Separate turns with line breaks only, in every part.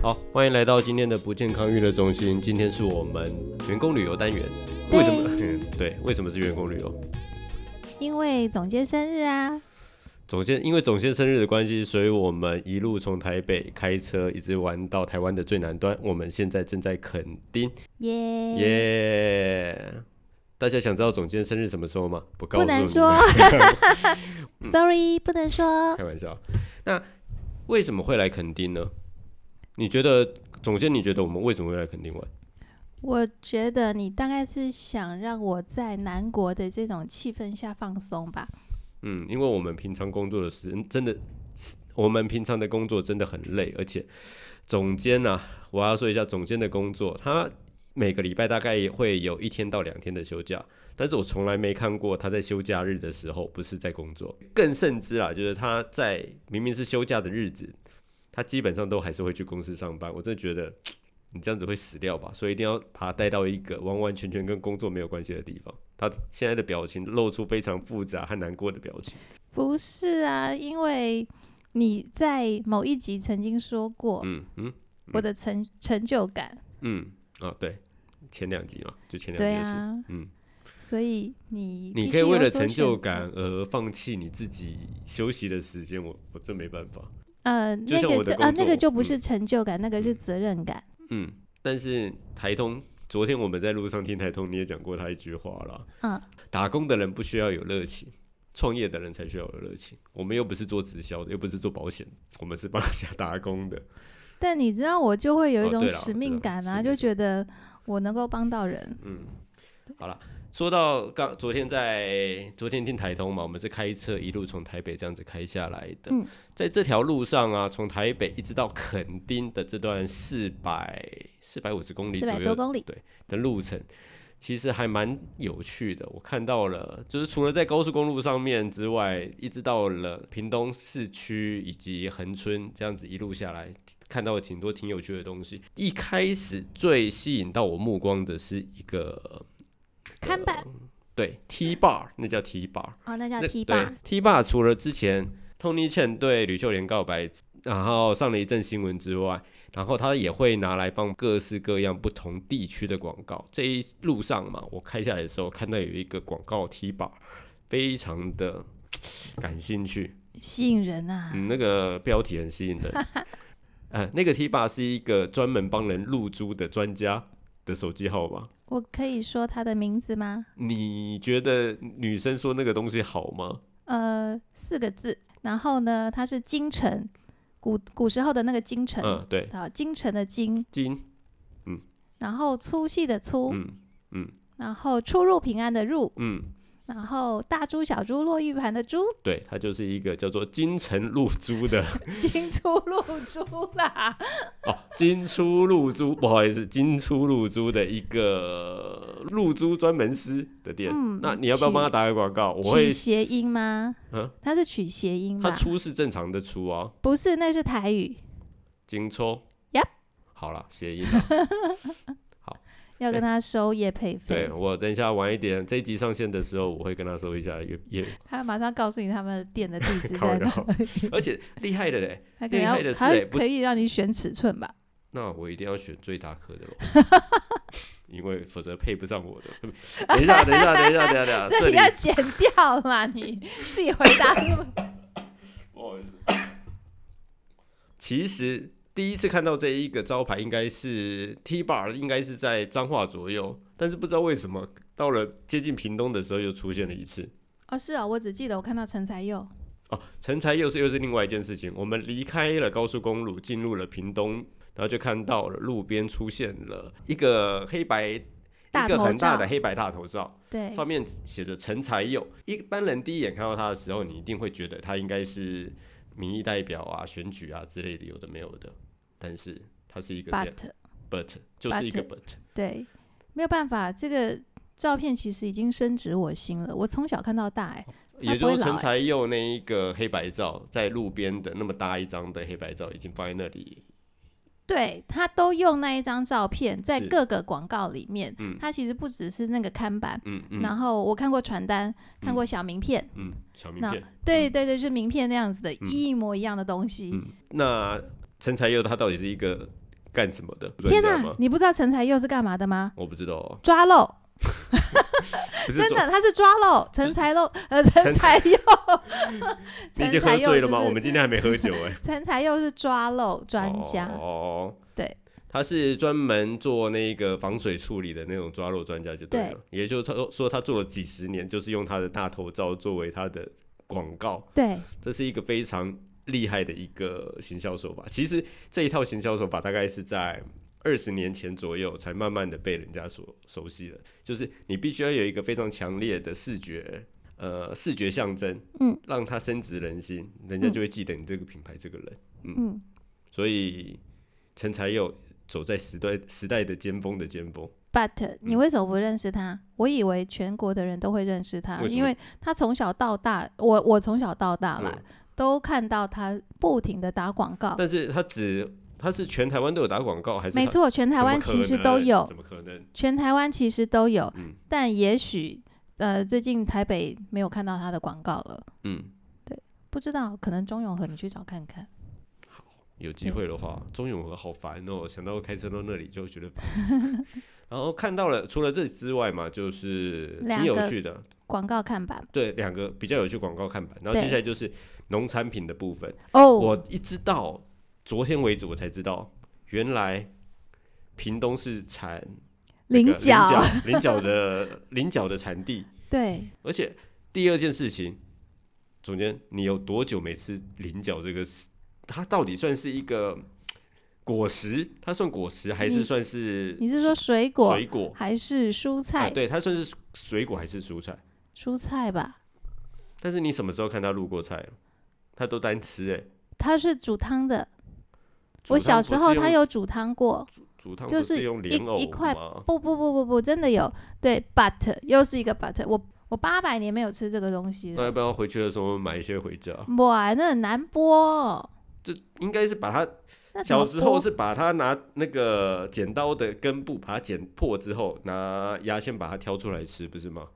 好，欢迎来到今天的不健康娱乐中心。今天是我们员工旅游单元。为什么？ 对，为什么是员工旅游？
因为总监生日啊，
总监因为总监生日的关系，所以我们一路从台北开车一直玩到台湾的最南端。我们现在正在垦丁，
耶、
耶、大家想知道总监生日什么时候吗？不告诉
不
你
能
们
说
嗯
，sorry，不能 说。
开玩笑。那为什么会来垦丁呢？你觉得总监？你觉得我们为什么会来垦丁玩？
我觉得你大概是想让我在南国的这种气氛下放松吧。
嗯，因为我们平常工作的时间真的是，我们平常的工作真的很累，而且总监呢、我要说一下总监的工作，他每个礼拜大概也会有一天到两天的休假，但是我从来没看过他在休假日的时候不是在工作，更甚至啊，就是他在明明是休假的日子，他基本上都还是会去公司上班，我真的觉得。你这样子会死掉吧？所以一定要把他带到一个完完全全跟工作没有关系的地方。他现在的表情露出非常复杂和难过的表情。
不是啊，因为你在某一集曾经说过、
嗯嗯
我的成成就感，
嗯，哦对，前两集嘛，就前两
对
集的事。
啊，
嗯，
所以你
你
必
可以
须
为
有
了
所
成就
选择
感，而放弃你自己休息的时间，我我真没办法。
呃，
就
那
像我
个
的
就呃
工
那
作
个就不
嗯
是成就感，那个是责任感。
嗯，但是台通昨天我们在路上听台通，你也讲过他一句话啦，
嗯，
打工的人不需要有热情。创业的人才需要有热情，我们又不是做直销的，又不是做保险，我们是帮人家打工的。
但你知道，我就会有
哦
一种
对啦我
使
知道
命感
是
啊，
没错
就觉得我能够帮到人。
嗯，好了，说到刚昨天在昨天听台通嘛，我们是开车一路从台北这样子开下来的，
嗯
在这条路上啊，从台北一直到垦丁的这段四百四百五十公里
四
左
百多
右
公里，
的路程，其实还蛮有趣的。我看到了，就是除了在高速公路上面之外，一直到了屏东市区以及恒春这样子一路下来，看到了挺多挺有趣的东西。一开始最吸引到我目光的是一个
看板
对 T bar，那叫 T bar。
哦，那叫
呃那
T
对
吧，
T bar 除了之前 Tony Chen 对吕秀莲告白，然后上了一阵新闻之外，然后他也会拿来放各式各样不同地区的广告。这一路上嘛，我开下来的时候看到有一个广告 T bar，非常的 感兴趣。
吸引人啊。
嗯，那个标题很吸引 人。呃，那个 T bar 是一个专门帮人入租的专家的手机号码。
我可以说他的名字吗？
你觉得女生说那个东西好吗？
呃，四个字。然后呢，他是京城，古古时候的那个京城，
嗯，对，
好，京城的京，
金，
然后粗细的粗，
嗯嗯
然后出入平安的入，
嗯，
然后大珠小珠落玉盘 的珠，
对，它就是一个叫做金城露珠的
金出露珠啦。
哦，金出露珠，不好意思，金出露珠的一个露珠专门师的店。
嗯
那你要不要
取
帮他打个广告？我会
取，谐音吗？
嗯，
他是取谐音
他
吧？
出是正常的出啊，
不是，那是台语，
金抽。
Yep
好了，谐音了。
要跟他收业配费
对。我等一下晚一点这一集上线的时候，我会跟他说一下，也 也
他马上告诉你他们的店的地 址
靠
在
腰
哪里，
而且厉害的嘞，
他可能
厉
要
害的是
还
欸不
可以让你选尺寸吧？
那我一定要选最大颗的 咯，因为否则配不上我的。等一下，等一下，等一下，等一下，等一下，
这
这
里
里
要剪掉嘛？你自己回答那么
其实第一次看到这一个招牌，应该是 T bar，应该是在彰化左右，但是不知道为什么到了接近屏东的时候又出现了一次。
哦，是哦，我只记得我看到陈才佑，
哦，成才又是又是另外一件事情。我们离开了高速公路，进入了屏东，然后就看到了路边出现了一个黑白，一
大
个
头
很大
照
的黑白大头照。
对，
上面写着陈才佑。一般人第一眼看到他的时候，你一定会觉得他应该是民意代表啊、选举啊之类的，有的没有的。但是他是一个这样
but
but 就是一个 but。
对，没有办法，这个照片其实已经深植我心了，我从小看到大哎、
也就是
他
说
不会老
陈才佑那一个黑白照，在路边的那么大一张的黑白照，已经放在那里。
对他都用那一张照片在
是
各个广告里面
嗯，
他其实不只是那个看板，
嗯
然
嗯
后我看过传单，看过小名片，
嗯，小名
那
片。嗯
对对对，就是名片那样子的，一模一样的东西。
嗯，那陈才佑他到底是一个干什么的？
天
哪、
你不知道陈才佑是干嘛的吗？
我不知道哦，
抓漏，
不是
真
总
的，他是抓 漏，陈才漏，呃，陈才佑，
你已
陈
经
才
喝
佑
醉
就
了吗？我
是
们今天还没喝酒哎、
陈才佑是抓漏专家，
哦，
对，
他是专门做那个防水处理的那种抓漏专家，就对了。也就是他说他做了几十年，就是用他的大头照作为他的广告，
对，
这是一个非常厉害的一个行销手法。其实这一套行销手法大概是在。二十年前左右才慢慢的被人家所熟悉了，就是你必须要有一个非常强烈的视觉，呃，视觉象征，
嗯，
让它深植人心，人家就会记得你这个品牌这个人。
嗯，
所以陈才佑走在时代时代的尖峰的尖峰。
哦
嗯
But 你为什么不认识他？我以为全国的人都会认识他，
为什么
因为他从小到大，我我从小到大啦，
嗯
都看到他不停的打广告。
但是他只他是全台湾都有打广告，还是
没
他？
错，全台湾
怎么
其
可
实
能
都有，
怎么可能？
全台湾其实都有，
嗯
但也许呃，最近台北没有看到他的广告了，
嗯，
不知道，可能钟永和你去找看看。
有机会的话，
嗯
钟永和好烦哦，想到开车到那里就觉得 烦。然后看到了，除了这之外嘛，就是挺
两
有
个
趣的，
广告看板
对，两个比较有趣广告看板。然后接
对
下来就是农产品的部分，
哦，
我一直到昨天为止我才知道，原来屏东是产那个
菱角，
菱角的菱角的产地。
对，
而且第二件事情，总监，你有多久没吃菱角这个食？它到底算是一个果实？它算果实还是
你
算是
嗯你是说水果
水果？
还是蔬
啊，
菜？
对，它算是水果还是蔬菜？
蔬菜吧，
但是你什么时候看它入过菜了？它都单吃哎、
它是煮汤的。
煮
我
汤
小
不
时
是
候
用
他有煮汤过，
煮汤
就
不
是
是用
一
莲藕
一块
吗？
不不不不不，真的有。对，but 又是一个 but，我我八百年没有吃这个东西
那要
了。
不要回去的时候买一些回家？
哇，那很难剥哦。
这应该是把它
那怎么
小时候
剥
是把它拿那个剪刀的根部把它剪破之后，拿牙线把它挑出来吃，不是吗？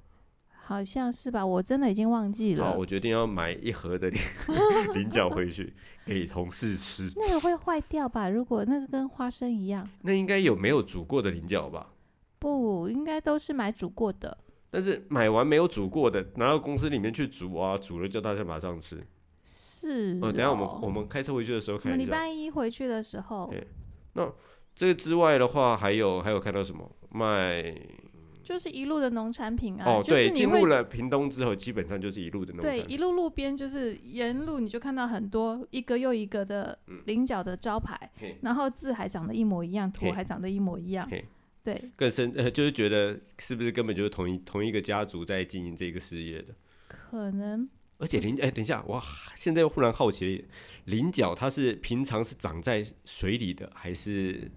好像是吧？我真的已经忘记
好，
了。
我决定要买一盒的菱 菱角回去给同事吃。
那个会坏掉吧？如果那个跟花生一样，
那应该有没有煮过的菱角吧？
不应该都是买煮过的，
但是买完没有煮过的，拿到公司里面去煮啊，煮了叫大家马上吃。
是、
哦，等一下我们我们开车回去的时候
嗯我
看
们
一
礼
下。
拜一回去的时候
对，这个之外的话，还有还有看到什么卖？
就是一路的农产品啊，
哦，
就
对，
是你
进
会
入了屏东之后，基本上就是一路的农
对，
产。
一路路边就是沿路，你就看到很多一个又一个的菱角的招牌，
嗯嘿
然后字还长得一模一样，
嘿
图还长得一模一样
嘿。
对，
更深呃，就是觉得是不是根本就是同一同一个家族在经营这个事业的？
可能
而且菱哎，等一下，我现在又忽然好奇了一点，菱角它是平常是长在水里的，还是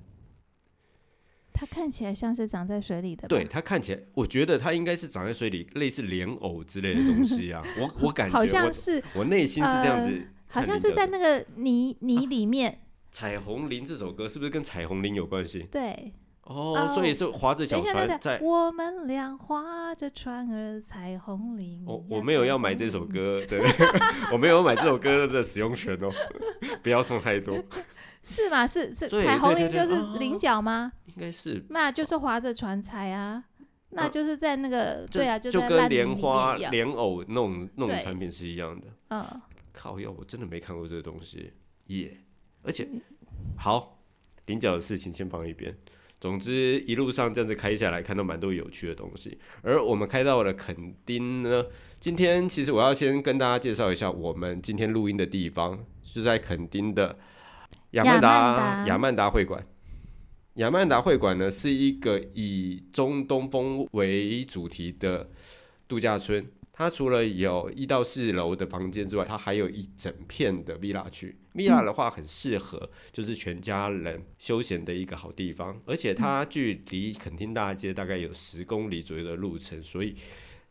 它看起来像是长在水里的吧，
对它看起来？我觉得它应该是长在水里，类似莲藕之类的东西 啊。我我感觉
好像
我
是，
我内心是这样子
呃
看
好像
菱
是
角
在
的啊
那个 泥泥里面。
彩虹林这首歌是不是跟彩虹林有关系？
对，
哦，
哦
所以是划着
等
小
一下，等
船
一下
在，。
我们俩划着船儿，彩虹里。
我我没有要买这首。歌的， 我没有要买这首歌的使用权哦， 不要唱太多，
是吗？是是，
对
彩虹
对
铃
对哦
就
对
是菱角吗？
应该是
那就是划着船采啊，那
呃
就是在那个对啊，
就
在
跟
烂泥
莲
里
花、
面一样
莲藕那种那种
对
产品是一样的。
嗯，
靠药，我真的没看过这个东西耶而且好，菱角的事情先放一边。总之一路上这样子开下来，看到蛮多有趣的东西。而我们开到了垦丁呢，今天其实我要先跟大家介绍一下我们今天录音的地方，是在垦丁的亚曼
亚曼
达
达
亚曼达会馆。亚曼达会馆呢是一个以中东风为主题的度假村。它除了有一到四楼的房间之外，它还有一整片的 villa 区。villa 的话很适合就是全家人休闲的一个好地方，而且它距离垦丁大街大概有十公里左右的路程，所以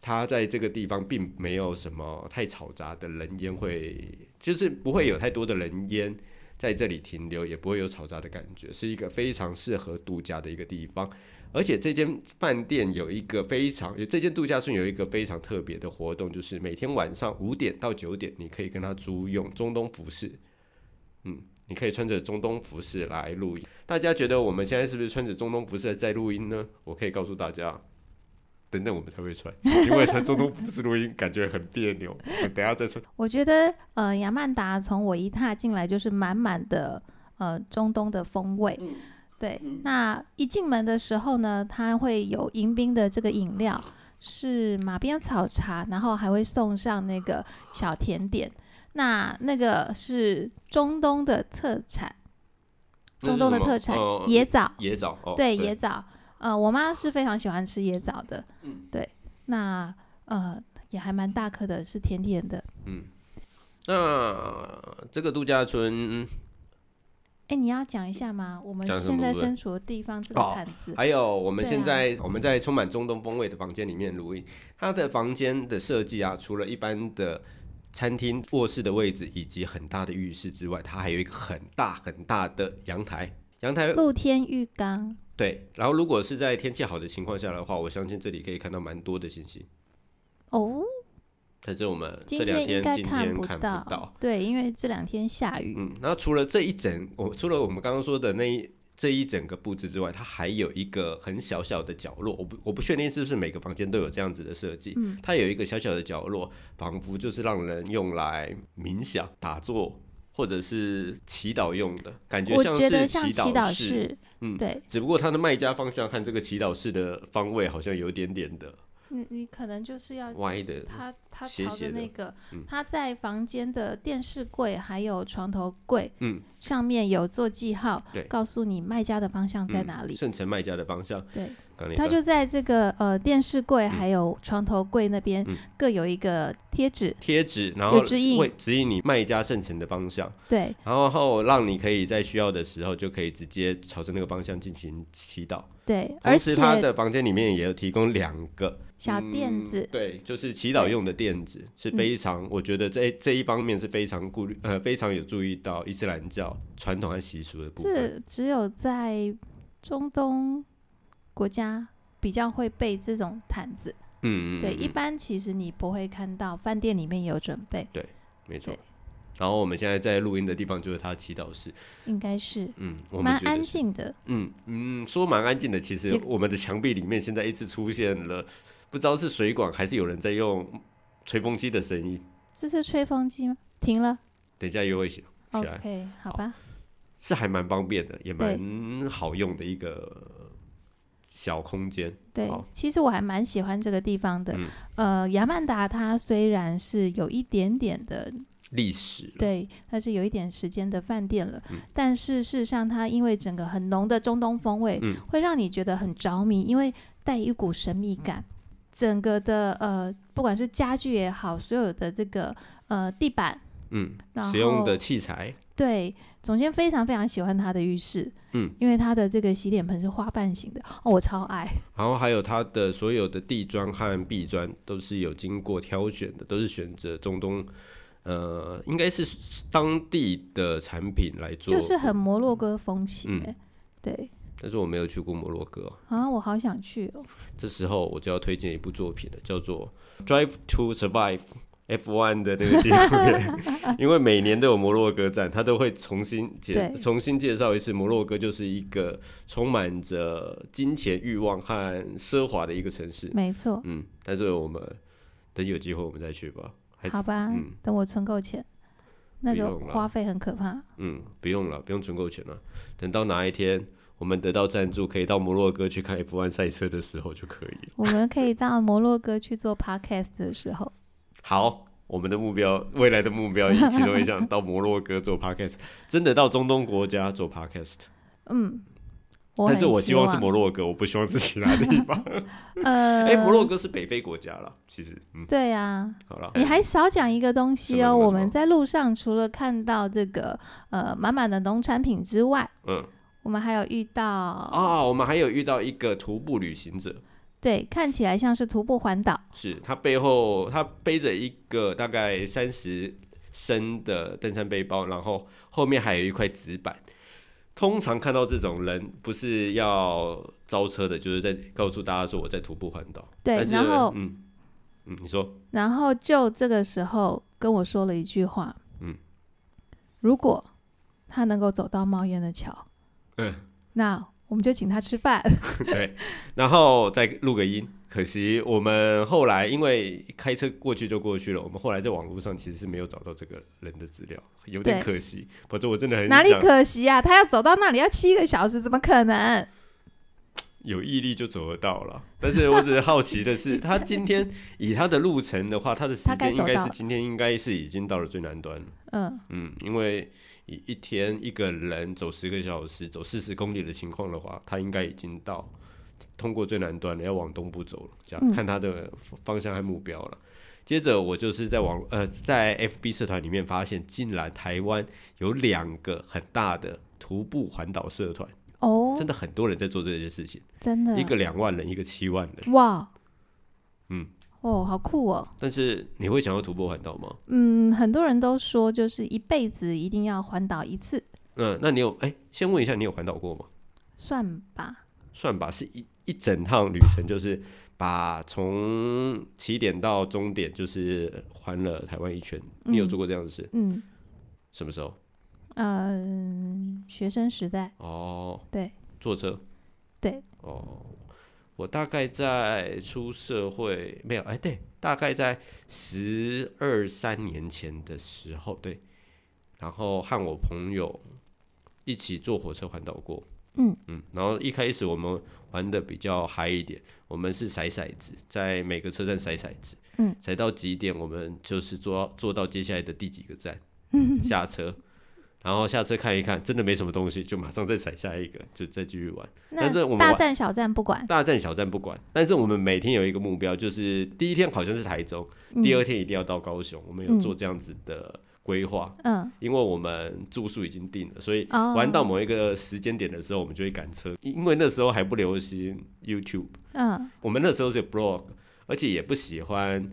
它在这个地方并没有什么太嘈杂的人烟会，就是不会有太多的人烟。在这里停留也不会有嘈杂的感觉，是一个非常适合度假的一个地方。而且这间饭店有一个非常，这间度假村有一个非常特别的活动，就是每天晚上五点到九点，你可以跟他租用中东服饰，嗯，你可以穿着中东服饰来录音。大家觉得我们现在是不是穿着中东服饰在录音呢？我可以告诉大家，等等我们才会穿，因为穿中东服饰录音感觉很别扭。我等一下再穿。
我觉得呃，亚曼达从我一踏进来就是满满的呃中东的风味。
嗯
对，那一进门的时候呢，它会有迎宾的这个饮料，是马鞭草茶，然后还会送上那个小甜点。那那个是中东的特产，
那是
中东的
什么
特产、
哦
椰枣。
野枣哦，
对椰枣，呃，我妈是非常喜欢吃椰枣的，
嗯
对，那呃也还蛮大颗的，是甜甜的。
那这个度假村
哎，你要讲一下吗？我们
讲什么
现在
部分
身处的地方这个
哦
毯子，
还有我们
对啊
现在、我们在充满中东风味的房间里面录音，它的房间的设计啊，除了一般的餐厅卧室的位置以及很大的浴室之外，它还有一个很大很大的阳台。阳台
露天浴缸，
对，然后如果是在天气好的情况下的话，我相信这里可以看到蛮多的信息，
哦，
但是我们
今
这两
应
天
该
今天
不
看不到。
对，因为这两天下雨，
嗯，那除了这一整，我除了我们刚刚说的那一这一整个布置之外，它还有一个很小小的角落，我不我不确定是不是每个房间都有这样子的设计，
嗯
它有一个小小的角落，仿佛就是让人用来冥想、打坐或者是祈祷用的感觉，
我
像
觉得
是
像
祷
祈祷室，
嗯
对，
只不过它的卖家方向和这个祈祷室的方位好像有点点的
你你可能就是要
歪的，
它它
斜
朝
斜
着
的
那个
嗯，
它在房间的电视柜还有床头柜，
嗯，
上面有做记号
对，嗯
告诉你卖家的方向在哪里。
圣城卖家的方向，
对，
刚
它就在这个呃电视柜还有床头柜那边
嗯
各有一个贴纸，
贴纸，然后
有指引
会指引你卖家圣城的方向。
对，
然后让你可以在需要的时候就可以直接朝着那个方向进行祈祷。
对，而
同时，它
且
的房间里面也有提供两个
小垫子
嗯，对，就是祈祷用的垫子，是非常，我觉得这这一方面是非常顾虑，呃，非常有注意到伊斯兰教传统和习俗的部分。
这只有在中东国家比较会备这种毯子，
嗯嗯，
对，
嗯
一般其实你不会看到饭店里面有准备，
没错
对。
然后我们现在在录音的地方就是他祈祷室，
应该是
嗯，我们
蛮
觉
安
得是，
静的。
嗯嗯，说蛮安静的，其实
结
我们的墙壁里面现在一直出现了，不知道是水管还是有人在用吹风机的声音。
这是吹风机吗？停了。
等一下约会起起来，
OK，好吧。
是还蛮方便的，也蛮好用的一个小空间。
对
好，
其实我还蛮喜欢这个地方的。
嗯
呃，亚曼达它虽然是有一点点的，
历史了，
对，它是有一点时间的饭店了，
嗯
但是事实上它因为整个很浓的中东风味，
嗯
会让你觉得很着迷，因为带一股神秘感。整个的呃，不管是家具也好，所有的这个呃地板，
嗯，
然后
使用的器材，
对，总监非常非常喜欢他的浴室，
嗯，
因为他的这个洗脸盆是花瓣型的，哦，我超爱，
然后还有它的所有的地砖和壁砖都是有经过挑选的，都是选择中东，呃，应该是当地的产品来做。
就是很摩洛哥风情、
嗯
欸，对，
但是我没有去过摩洛哥哦，
啊，我好想去哦，
这时候我就要推荐一部作品了，叫做《Drive to Survive》F1 的那个纪录片，因为每年都有摩洛哥站，他都会重新介
对
重新介绍一次。摩洛哥就是一个充满着金钱欲望和奢华的一个城市。
没错，
嗯，但是我们等有机会我们再去吧。还是
好吧，
嗯
等我存够钱，那
不
个
用了
花费很可怕，
嗯，不用了，不用存够钱了。等到哪一天我们得到赞助，可以到摩洛哥去看 F1 赛车的时候就可以了。
我们可以到摩洛哥去做 podcast 的时候，
好，我们的目标，未来的目标，其中一项到摩洛哥做 podcast，真的到中东国家做 podcast，
嗯，我
但
很
是我希望是摩
望，
洛哥，我不希望是其他地方。
呃，
哎、摩洛哥是北非国家了，其实，嗯，
对啊，
好了，
你还少讲一个东西
什么什
哦，
么
我们在路上除了看到这个呃满满的农产品之外，
嗯，
我们还有遇到、
啊、我们还有遇到一个徒步旅行者，
对，看起来像是徒步环岛，
是他背后他背着一个大概三十升的登山背包，然后后面还有一块纸板。通常看到这种人，不是要招车的，就是在告诉大家说我在徒步环岛。
对
但是
然后
嗯嗯，你说
然后就这个时候跟我说了一句话，
嗯，
如果他能够走到冒烟的桥，
嗯，
那我们就请他吃饭。
对，然后再录个音。可惜我们后来因为开车过去就过去了，我们后来在网络上其实是没有找到这个人的资料，有点
对
可惜。否则我真的很
哪里
想
可惜啊？他要走到那里要七个小时，怎么可能？
有毅力就走得到了。但是我只是好奇的 是，他今天以他的路程的话，他的时
他该
间应
走
该
到
是
了
今天应该是已经到了最南端了。
嗯，
嗯，因为以一天一个人走十个小时、走四十公里的情况的话，他应该已经到通过最南端了，要往东部走了。这样、
嗯
看他的方向和目标了。接着我就是在网呃在 FB 社团里面发现，竟然台湾有两个很大的徒步环岛社团，
哦
真，的很多人在做这件事情，
真的，
一个两万人，一个七万人。
哇，
嗯，
哦，好酷哦。
但是你会想要徒步环岛吗？
嗯，很多人都说就是一辈子一定要环岛一次，
嗯，那你有哎、先问一下，你有环岛过吗？
算吧。
算吧，是一一整趟旅程，就是把从起点到终点，就是环了台湾一圈。你有
嗯
做过这样的事？
嗯
什么时候？
嗯、学生时代，
哦，
对，
坐车。
对。
哦，我大概在出社会没有？哎，对，大概在十二三年前的时候，对。然后和我朋友一起坐火车环岛过。
嗯
嗯，然后一开始我们玩的比较嗨一点，我们是骰骰子，在每个车站骰骰子，
嗯，
骰到几点我们就是坐到坐到接下来的第几个 站，下车，然后下车看一看，真的没什么东西，就马上再骰下一个， 就再继续玩。
那
但是我们
大
玩
站小站不管，
大站小站不管，但是我们每天有一个目标，就是第一天好像是台中，
嗯
第二天一定要到高雄，我们有做这样子的规划，
嗯，
因为我们住宿已经定了，所以
哦，
玩到某一个时间点的时候，我们就会赶车，因为那时候还不流行 YouTube，
嗯
我们那时候是 blog，而且也不喜欢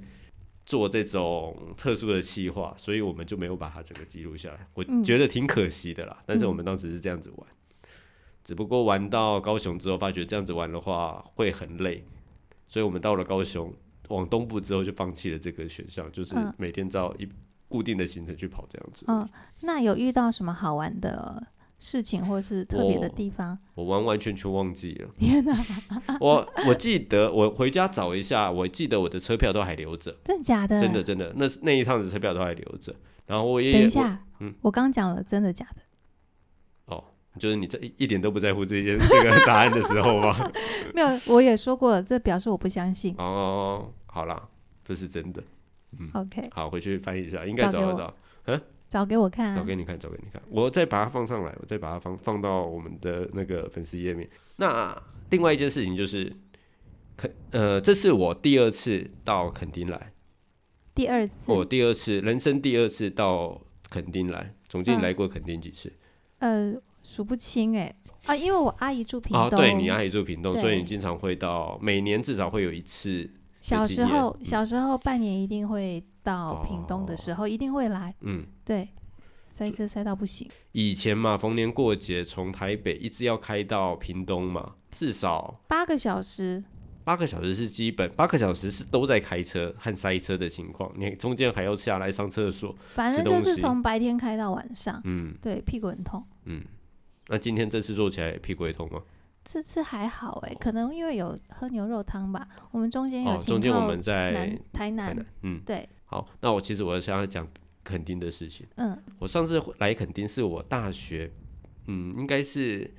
做这种特殊的企划，所以我们就没有把它整个记录下来。我
嗯
觉得挺可惜的啦，但是我们当时是这样子玩，只不过玩到高雄之后，发觉这样子玩的话会很累，所以我们到了高雄往东部之后就放弃了这个选项，就是
嗯
每天照一固定的行程去跑这样子。
嗯，那有遇到什么好玩的事情或是特别的
哦
地方？
我完完全全忘记了。
天哪，
我我记得我回家找一下，我记得我的车票都还留着，
真假的？
真的真的，那那一趟的车票都还留着。然后我也
等一下，
嗯
我刚讲了真的假 的？
我哦，就是你这一一点都不在乎这件这个答案的时候 吗？
没有，我也说过了，这表示我不相信。
哦，好啦，这是真的。
OK，
好，回去翻译一下，应该
找
找
给
得
我
到。
找给我看、
找
啊。
给你看，找给你看，我再把它放上来，我再把它放放到我们的那个粉丝页面。那另外一件事情就是，肯呃，这是我第二次到垦丁来。
第二次，
我第二次人生第二次到垦丁来，总经理
嗯
来过垦丁几次、
呃，数不清哎、啊，因为我阿姨住屏
啊？
东，
对你阿姨住屏东，
对
所以你经常会到，每年至少会有一次。
小
经
时
验
候
嗯
小时候半年一定会到屏东的时候，一定会来，
嗯，
对，塞车塞到不行，
以前嘛，逢年过节从台北一直要开到屏东嘛，至少
八个小时，
八个小时是基本，八个小时是都在开车和塞车的情况，你中间还要下来上厕所。
反
吃
正就
东
是
西
从白天开到晚上，
嗯
对，屁股很痛。
嗯，那今天这次做起来屁股也痛吗？
这次还好哎、可能因为有喝牛肉汤吧，我们中间有
哦，
停
中间我
靠
们在
南台
台
南
南，，嗯，
对，
好，那我其实我想要讲垦丁的事情。
嗯
我上次来垦丁是我大学，嗯，应该是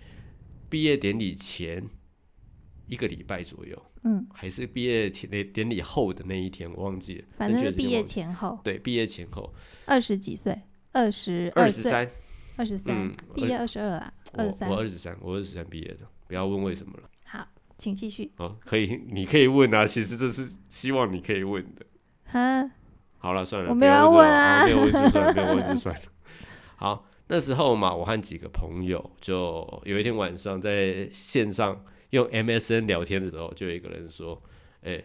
毕业典礼前一个礼拜左右，
嗯，
还是毕业前典礼后的那一天，我忘记了。
反正
正确的
是
时间
毕业
忘记
前后，
对，毕业前后
二十几岁，二十
二十
岁，
三，
二十三
嗯，
毕业二十二啊，
我
二十三
我。二十三，我二十三毕业的，不要问为什么了。
好，请继续。
哦，可以，你可以问啊，其实这是希望你可以问的。
哈，
好了，算了，
我
不
没有要
要
问啊
啊，没有问就算了，没有问就算了。 好，那时候嘛，我和几个朋友就有一天晚上在线上用 MSN 聊天的时候，就有一个人说：“哎、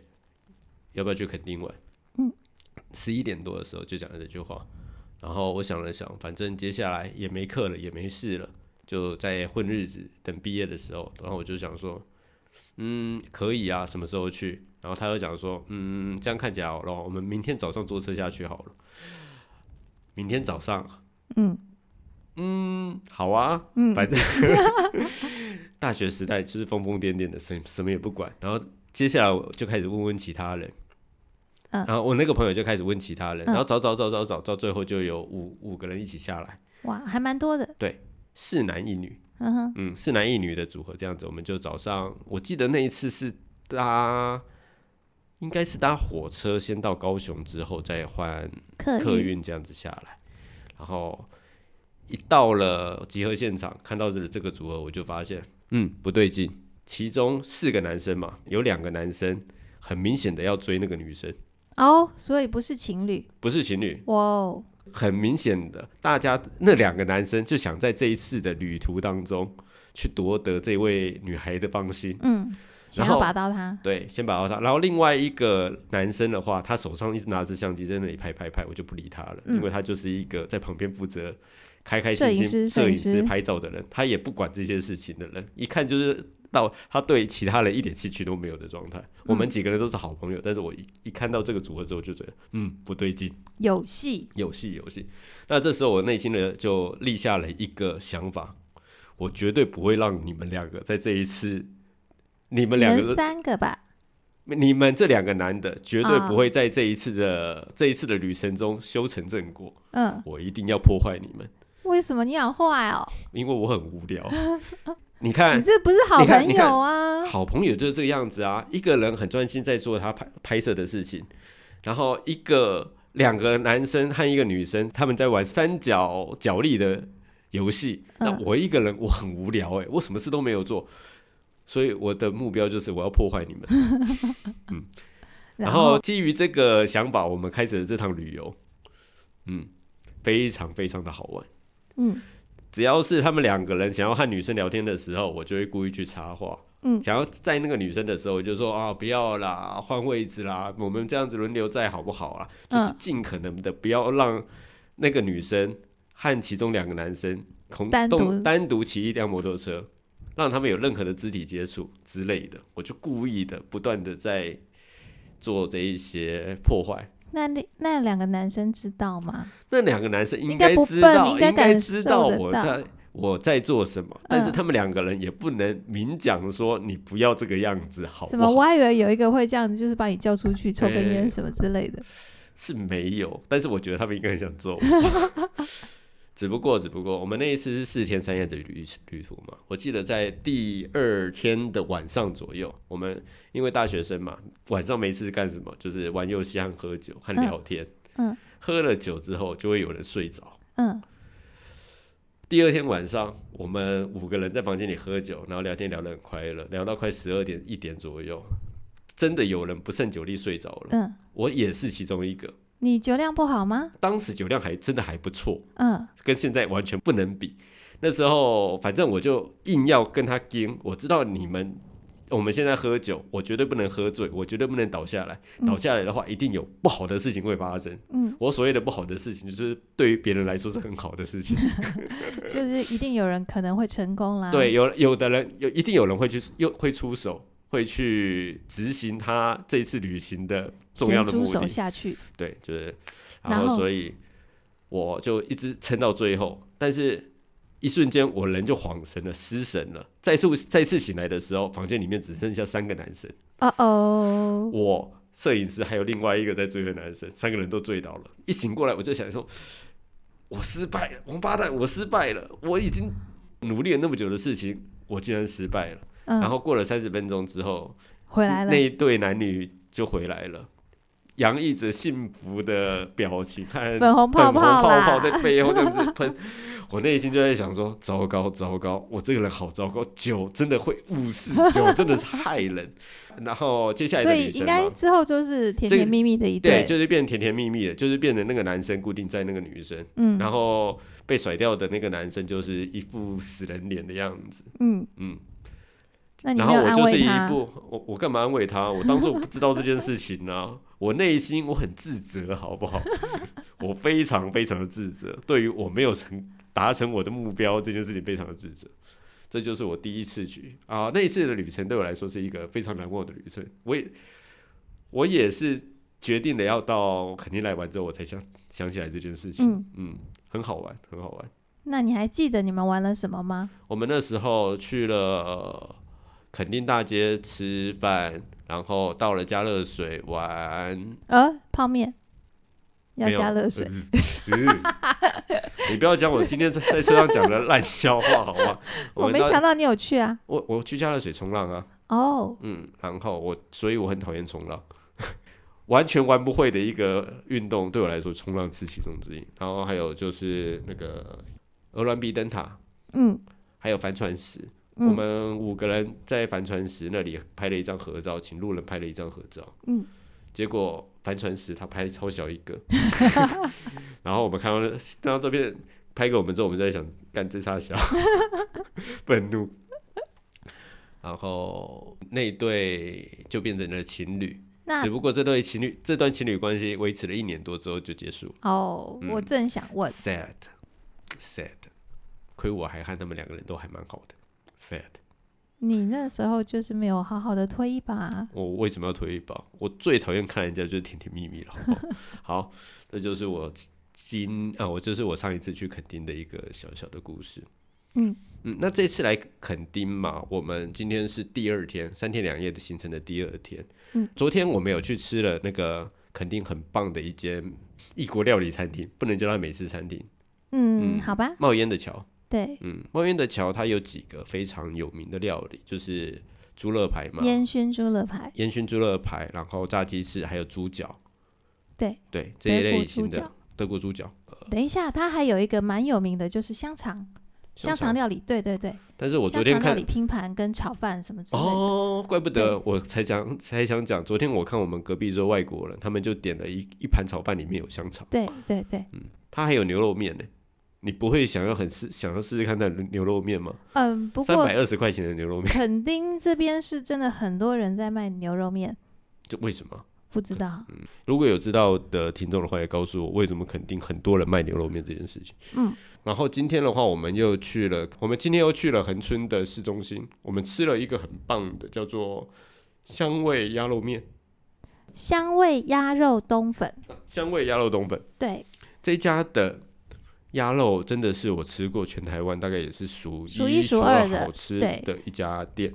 要不要去垦丁玩？”
嗯，
十一点多的时候就讲了这句话。然后我想了想，反正接下来也没课了，也没事了，就在混日子，等毕业的时候。然后我就想说，嗯，可以啊，什么时候去？然后他又讲说，嗯，这样看起来好了，我们明天早上坐车下去好了。明天早上啊
嗯，
嗯，好啊，
嗯
反正 大学时代就是疯疯癫癫的，什什么也不管。然后接下来我就开始问问其他人，
嗯
然后我那个朋友就开始问其他人，
嗯
然后找找找找找，到最后就有五五个人一起下来，
哇，还蛮多的，
四男一女，
嗯哼，
嗯，四男一女的组合这样子，我们就早上，我记得那一次是搭，应该是搭火车先到高雄，之后再换
客
客
运，
运这样子下来，然后一到了集合现场，看到这这个组合，我就发现，嗯，不对劲。其中四个男生嘛，有两个男生很明显的要追那个女生，
哦，所以不是情侣，
不是情侣，
哇哦，
很明显的，大家那两个男生就想在这一次的旅途当中去夺得这位女孩的芳心。
嗯，想
然
要
后
拔到他，
对，先把到他，然后另外一个男生的话，他手上一直拿着相机在那里拍拍拍，我就不理他了，
嗯
因为他就是一个在旁边负责开开心
摄影
心
师
摄
摄影
影师
师
拍照的人，他也不管这些事情的人，一看就是到他对其他人一点兴趣都没有的状态。我
嗯
们几个人都是好朋友，但是我一一看到这个组合之后，就觉得嗯不对劲，
有戏，
有戏有戏。那这时候我内心的就立下了一个想法，我绝对不会让你们两个在这一次。你们
你
两个
们三个吧，
你们这两个男的绝对
啊
不会在这一次的、这一次的旅程中修成正果，
嗯，
我一定要破坏你们，
为什么你好坏哦？
因为我很无聊。 你
你
看，
这不是好
你看
朋
你看
友啊，
好朋友就是这个样子啊，一个人很专心在做他拍拍摄的事情，然后一个两个男生和一个女生他们在玩三角角力的游戏，
嗯
那我一个人我很无聊哎、我什么事都没有做，所以我的目标就是我要破坏你们。然后基于这个想法，我们开始了这趟旅游，嗯，非常非常的好玩。
嗯
只要是他们两个人想要和女生聊天的时候，我就会故意去插话。
嗯
想要载那个女生的时候，我就说啊，不要啦，换位置啦，我们这样子轮流载好不好啊？就是
嗯
尽可能的不要让那个女生和其中两个男生同
单独
动单独骑一辆摩托车，让他们有任何的肢体接触之类的，我就故意的不断的在做这一些破坏。
那那那两个男生知道吗？
那两个男生应
应该不
知
笨
道，
应
应
该感
知
受
道
得
我
到
在我在做什么，但是
嗯
他们两个人也不能明讲说你不要这个样子，好
什
不
么？我
好？
还以为有一个会这样子，就是把你叫出去抽根
哎
烟什么之类的。
是没有，但是我觉得他们应该很想揍我。 只不过，只不过，我们那一次是四天三夜的旅旅途嘛，我记得在第二天的晚上左右，我们因为大学生嘛，晚上没事干什么，就是玩游戏和喝酒和
嗯
聊天。
嗯
喝了酒之后，就会有人睡着。
嗯
第二天晚上，我们五个人在房间里喝酒，然后聊天聊得很快乐，聊到快十二点一点左右，真的有人不胜酒力睡着了，
嗯，
我也是其中一个。
你酒量不好吗？
当时酒量还真的还不错，
嗯
跟现在完全不能比。那时候反正我就硬要跟他跟，我知道你们。我们现在喝酒，我绝对不能喝醉，我绝对不能倒下来。倒下来的话，一定有不好的事情会发生。
嗯，
我所谓的不好的事情，就是对于别人来说是很好的事情。
就是一定有人可能会成功啦。
对，，有有的人有一定有人会去又会出手，会去执行他这一次旅行的重要
咸
的
猪
目
手
的。
下去。
对，就是，
然
然后
后
所以我就一直撑到最后，但是一瞬间我人就恍神了，失神了。再次再次醒来的时候，房间里面只剩下三个男生，
哦哦，
我。摄影师还有另外一个在追的男生，三个人都醉倒了。一醒过来，我就想说，我失败了，王八蛋，我失败了，我已经努力了那么久的事情，我竟然失败了。然
嗯，
后过了三十分钟之后，
回来了
那。一对男女就回来了，洋溢着幸福的表情和
粉红泡
粉红
泡
泡
啦
泡在背后这样子 喷。我内心就在想说：糟糕，糟糕，我这个人好糟糕，酒真的会误事，酒真的是害人。 然后接下来
所
的
以
女
应
生
该
嘛，
之后就是甜
这个
甜蜜蜜的一
对，
对。
就是变甜甜蜜蜜的，就是变成那个男生固定在那个女生，
嗯
然后被甩掉的那个男生就是一副死人脸的样子，
嗯，
嗯。
那你
然
没
后
有
我
安
就是
慰
一
他？
步，我我干嘛安慰他？我当做不知道这件事情呢、啊。我内心我很自责，好 不好？我非常非常的自责，对于我没有成达成我的目标这件事情非常的自责。这就是我第一次去啊，那一次的旅程对我来说是一个非常难忘的旅程。我也我也是决定了要到肯尼来玩之后，我才想想起来这件事情。
嗯
嗯，很好玩，很好玩。
那你还记得你们玩了什么吗？
我们那时候去了呃垦丁大街吃饭，然后到了加热水玩。
呃，泡面要
没有
加热水，
嗯你不要讲我今天在在车上讲的烂笑话，好吗？
我
们
没
到
想到你有去啊。
我我去加热水冲浪啊，
哦，
嗯，然后我所以我很讨厌冲浪， 完全玩不会的一个运动，对我来说冲浪是其中之一。然后还有就是那个鹅銮鼻灯塔，
嗯
还有帆船石。
嗯
我们五个人在帆船石那里拍了一张合照，请路人拍了一张合照。
嗯，
结果帆船石他拍超小一个， 然后我们看到那那张照片拍给我们之后，我们就在想干这差小， 愤怒。然后那对就变成了情侣，
那
只不过这对情侣这段情侣关系维持了一年多之后就结束了。
哦，我
嗯
正想问，
sad sad，亏我还和他们两个人都还蛮好的。sad，
你那时候就是没有好好的推一把。
我为什么要推一把？我最讨厌看人家就是甜甜蜜蜜了，好不 好？好，这就是我今啊，我就是我上一次去垦丁的一个小小的故事。
嗯
嗯，那这次来垦丁嘛，我们今天是第二天，三天两夜的行程的第二天。
嗯，
昨天我们有去吃了那个垦丁很棒的一间异国料理餐厅，不能叫它美式餐厅，
嗯，
嗯
好吧，
冒烟的桥。
对，
嗯，猫烟的桥它有几个非常有名的料理，就是猪肋排嘛，
烟熏猪肋排，
烟熏猪肋排，然后炸鸡翅，还有猪脚。
对
对，这一
德国
类型
猪
的
脚
德国猪脚、
等一下，它还有一个蛮有名的，就是香肠，香肠。料理，对对对，
但是我昨
香肠
天
料
看
理拼盘跟炒饭什么之类的。
哦，怪不得我才讲才想讲，昨天我看我们隔壁桌外国人，他们就点了一一盘炒饭，里面有香肠，
对对对，
它还有牛肉面呢。你不会想要很试想要试试看它的牛肉面吗？
嗯，不
三
过
百二十块钱的牛肉面，
垦丁这边是真的很多人在卖牛肉面，
这为什么？
不知道，
如果有知道的听众的话，也告诉我为什么肯定很多人卖牛肉面这件事情。
嗯，
然后今天的话，我们又去了，我们今天又去了恒春的市中心，我们吃了一个很棒的叫做香味鸭肉面、
香味鸭肉冬粉，
香味鸭肉冬粉
对，
这家的。鸭肉真的是我吃过全台湾大概也是数
数
一
一
数
数二的
好吃
对
的一家店，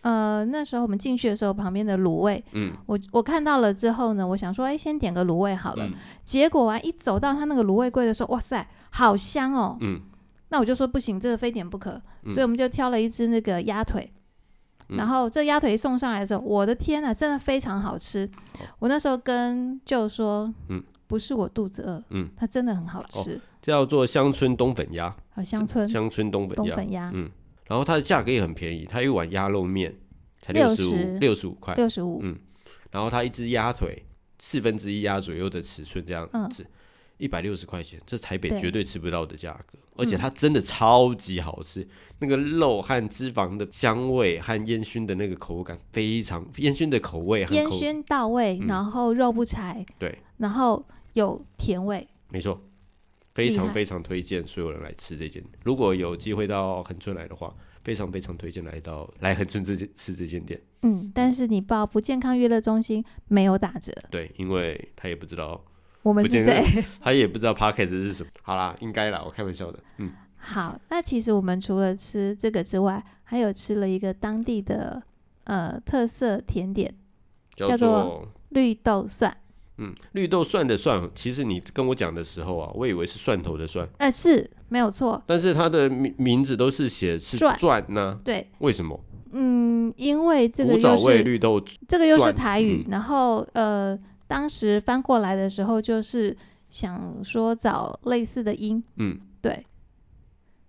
呃，那时候我们进去的时候，旁边的卤味，
嗯，
我我看到了之后呢，我想说，哎，先点个卤味好了。
嗯
结果啊，一走到他那个卤味柜的时候，哇塞，好香哦！
嗯，
那我就说不行，这个非点不可，
嗯
所以我们就挑了一只那个鸭腿。
嗯
然后这鸭腿一送上来的时候，我的天呐，真的非常好吃！我那时候跟舅说，
哦嗯，
不是我肚子饿，
嗯，
它真的很好吃，
叫做乡村冬粉鸭，
好乡村
乡村嗯冬
冬
粉鸭，
粉鸭，
嗯，然后它的价格也很便宜，它一碗鸭肉面才六十五
60
六十五块，
六十五
嗯，然后它一只鸭腿四分之一鸭左右的尺寸这样
嗯
子，一百六十块钱，这台北
对嗯
绝对吃不到的价格，而且它真的超级好吃，那个肉和脂肪的香味和烟熏的那个口感非常烟熏的口味和
烟
口
熏到位，
嗯
然后肉不柴，
对，
然后有甜味，
没错。非
厉
常
害
非常推荐所有人来吃这间，如果有机会到恒春来的话，非常非常推荐来到来恒春这间吃这间店。
嗯，但是你报不健康娱乐中心没有打折，
对，因为他也不知道，
我们
不
是
健康
谁？
他也不知道 podcast 是什么。好啦，应该啦，我开玩笑的。嗯，
好，那其实我们除了吃这个之外，还有吃了一个当地的呃特色甜点
叫
做
做
绿豆蒜，
嗯绿豆蒜的蒜，其实你跟我讲的时候啊，我以为是蒜头的蒜，
呃，是没有错，
但是它的名名字都是写是
转
转呢、
对，
为什么？
嗯，因为这个
古早
又
味
是
绿豆
这个又是
蒜
台语，
嗯
然后呃，当时翻过来的时候就是想说找类似的音，
嗯，
对，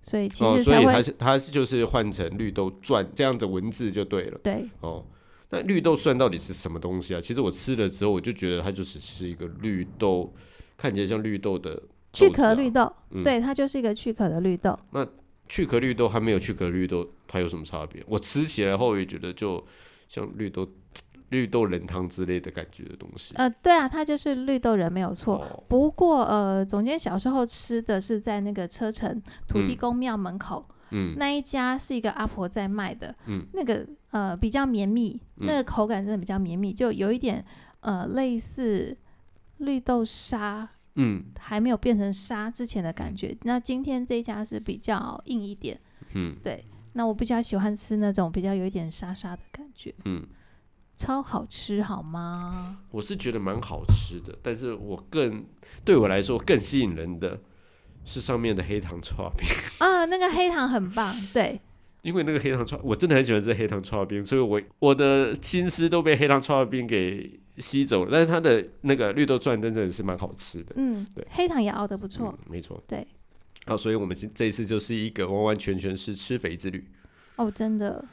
所以其
哦，
实
所
才
以
会、
它是它是就是换成绿豆转这样的文字就对了
对
哦。那绿豆蒜到底是什么东西啊？其实我吃了之后，我就觉得它就只是一个绿豆，看起来像绿豆的
去
豆子啊
壳绿豆，
嗯
对，它就是一个去壳的绿豆。
去壳绿豆和没有去壳绿豆，它有什么差别？我吃起来后也觉得就像绿豆绿豆仁汤之类的感觉的东西。
呃，对啊，它就是绿豆仁没有错。
哦，
不过呃，总监小时候吃的是在那个车城土地
嗯
公庙门口、
嗯，
那一家，是一个阿婆在卖的。
嗯
那个呃比较绵密，
嗯
那个口感真的比较绵密，就有一点呃类似绿豆沙
嗯
还没有变成沙之前的感觉。那今天这一家是比较硬一点，
嗯
对。那我比较喜欢吃那种比较有一点沙沙的感觉，
嗯，
超好吃好吗？
我是觉得蛮好吃的，但是我更对我来说更吸引人的是上面的黑糖刨冰，
啊，那个黑糖很棒，对，
因为那个黑糖刨，我真的很喜欢吃黑糖刨冰，所以我我的心思都被黑糖刨冰给吸走了。但是它的那个绿豆转真的是蛮好吃的，
嗯
对，
黑糖也熬得不错
嗯，，没错，
对，
啊，所以我们这这一次就是一个完完全全是吃肥之旅。
哦，真的。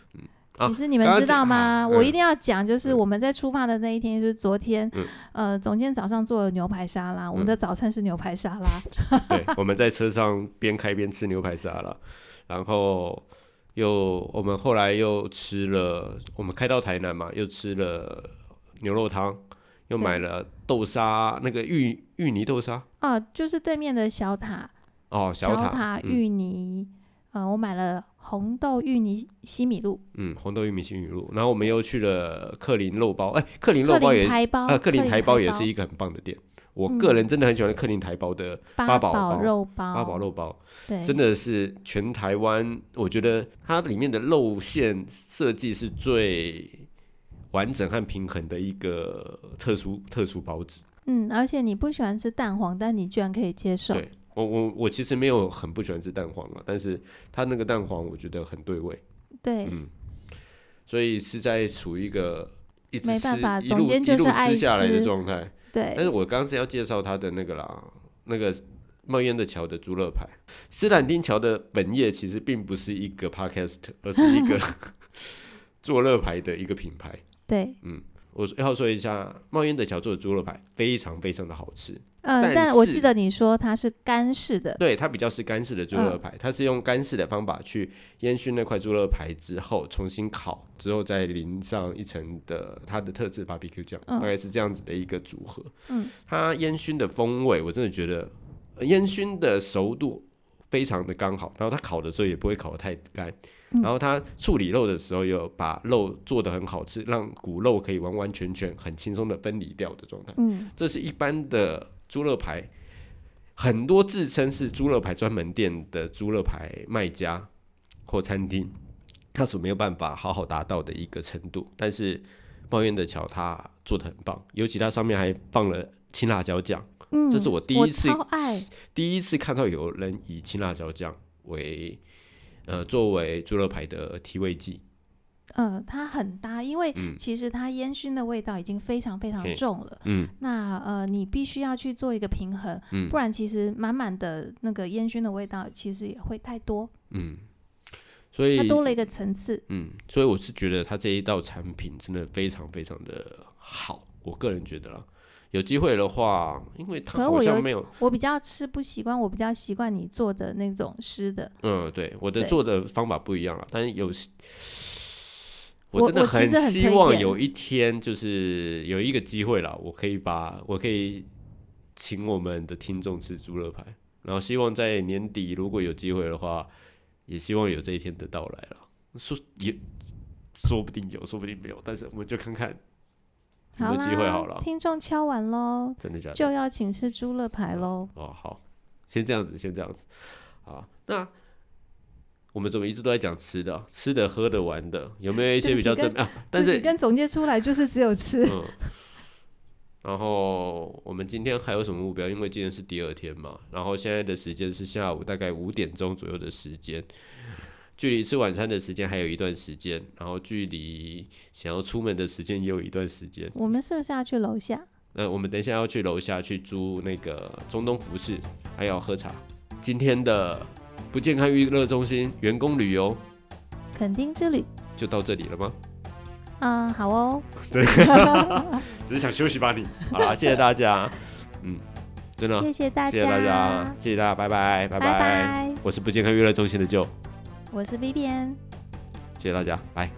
啊
其实你们
刚刚
知
讲
道
啊
吗？
嗯
我一定要讲，就是我们在出发的那一天，就是昨天
嗯，
呃，总监早上做了牛排沙拉，我们的早餐是牛排沙拉，
对，我们在车上边开边吃牛排沙拉，然后又我们后来又吃了，我们开到台南嘛，又吃了牛肉汤，又
对
买了豆沙，那个芋芋泥豆沙
啊，就是对面的小塔，
哦，
小
塔嗯
芋泥，呃，我买了红豆芋泥西米露，
嗯，红豆玉米新语录，然后我们又去了克林肉包，哎，克林肉
克
包也
林
是。
台包，
啊，克林台包也嗯是
一
一个很棒的店，我个人真的很喜欢克林台包的八
八
宝包
宝肉包，
八宝肉包，
对，
真的是全台湾，我觉得它里面的肉馅设计是最完整和平衡的一个特殊特殊包子。
嗯，而且你不喜欢吃蛋黄，但你居然可以接受，
对我我我其实没有很不喜欢吃蛋黄啊，但是它那个蛋黄我觉得很对味，
对，
嗯所以是在处于一个一直
没
吃
办法
一
总
路
监
一
就是
路
爱
吃下来的
吃
状态。
对，
但是我刚刚是要介绍它的那个啦，那个冒烟的桥的猪肋排。斯坦丁桥的本业其实并不是一个 podcast，而是一个做乐牌的一个品牌。
对，
我要说一下，冒烟的桥做的猪肋排非常非常的好吃。
嗯、
但
但我
是
记得你说它是干式的，嗯
对，它比较是干式的猪肋排，它是用干式的方法去烟熏那块猪肋排之后，重新烤之后再淋上一层的它的特制 BBQ 酱，
嗯
大概是这样子的一个组合。
嗯，
它烟熏的风味，我真的觉得呃烟熏的熟度非常的刚好，然后它烤的时候也不会烤得太干，
嗯
然后它处理肉的时候有把肉做的很好吃，让骨肉可以完完全全很轻松的分离掉的状态。
嗯，
这是一般的猪肋排，很多自称是猪肋排专门店的猪肋排卖家或餐厅，它所没有办法好好达到的一个程度。但是抱怨的桥它做的很棒，尤其它上面还放了青辣椒酱，
嗯，
这是我第一次
超爱，
第一次看到有人以青辣椒酱为呃作为猪肋排的提味剂。
嗯，它很搭，因为
嗯
其实它烟熏的味道已经非常非常
嘿
重了。
嗯
那呃，你必须要去做一个平衡，
嗯
不然其实满满的那个烟熏的味道其实也会太多，
嗯，所以
它多了一个层次。
嗯，所以我是觉得它这一道产品真的非常非常的好，我个人觉得啦。有机会的话，因为
可
它
是
好
我有
像没有，
我比较吃不习惯，我比较习惯你做的那种湿的。
嗯，对，我的
对
做的方法不一样了，但是有时，
我
真的
我其实很
希
推
望
荐
有一天就是有一个机会啦，我可以把我可以请我们的听众吃猪肋排，然后希望在年底如果有机会的话，也希望有这一天的到来了。说也说不定有，说不定没有，但是我们就看看。有
好
机会
啦
好了，
听众敲完喽，
真的假的？
就要请吃猪肋排喽。
哦，好，先这样子，先这样子。好，那我们怎么一直都在讲吃的啊、吃的、喝的、玩的，有没有一些
对不
比
起
较正面啊？但是
自己，跟总结出来就是只有吃。
嗯。然后我们今天还有什么目标？因为今天是第二天嘛，然后现在的时间是下午大概五点钟左右的时间，距离吃晚餐的时间还有一段时间，然后距离想要出门的时间也有一段时间。
我们是不是要去楼下？
那我们等一下要去楼下去租那个中东服饰，还要喝茶。今天的不健康娱乐中心员工旅游
垦丁之旅？
就到这里了吗？
嗯，好哦，
只是想休息吧你。好啦，谢谢大家。嗯，真的，啊
谢谢大家，
谢谢大家，谢谢大家，拜拜，拜
拜拜
我是不健康娱乐中心的舅，
我是 B B N。
谢谢大家，拜。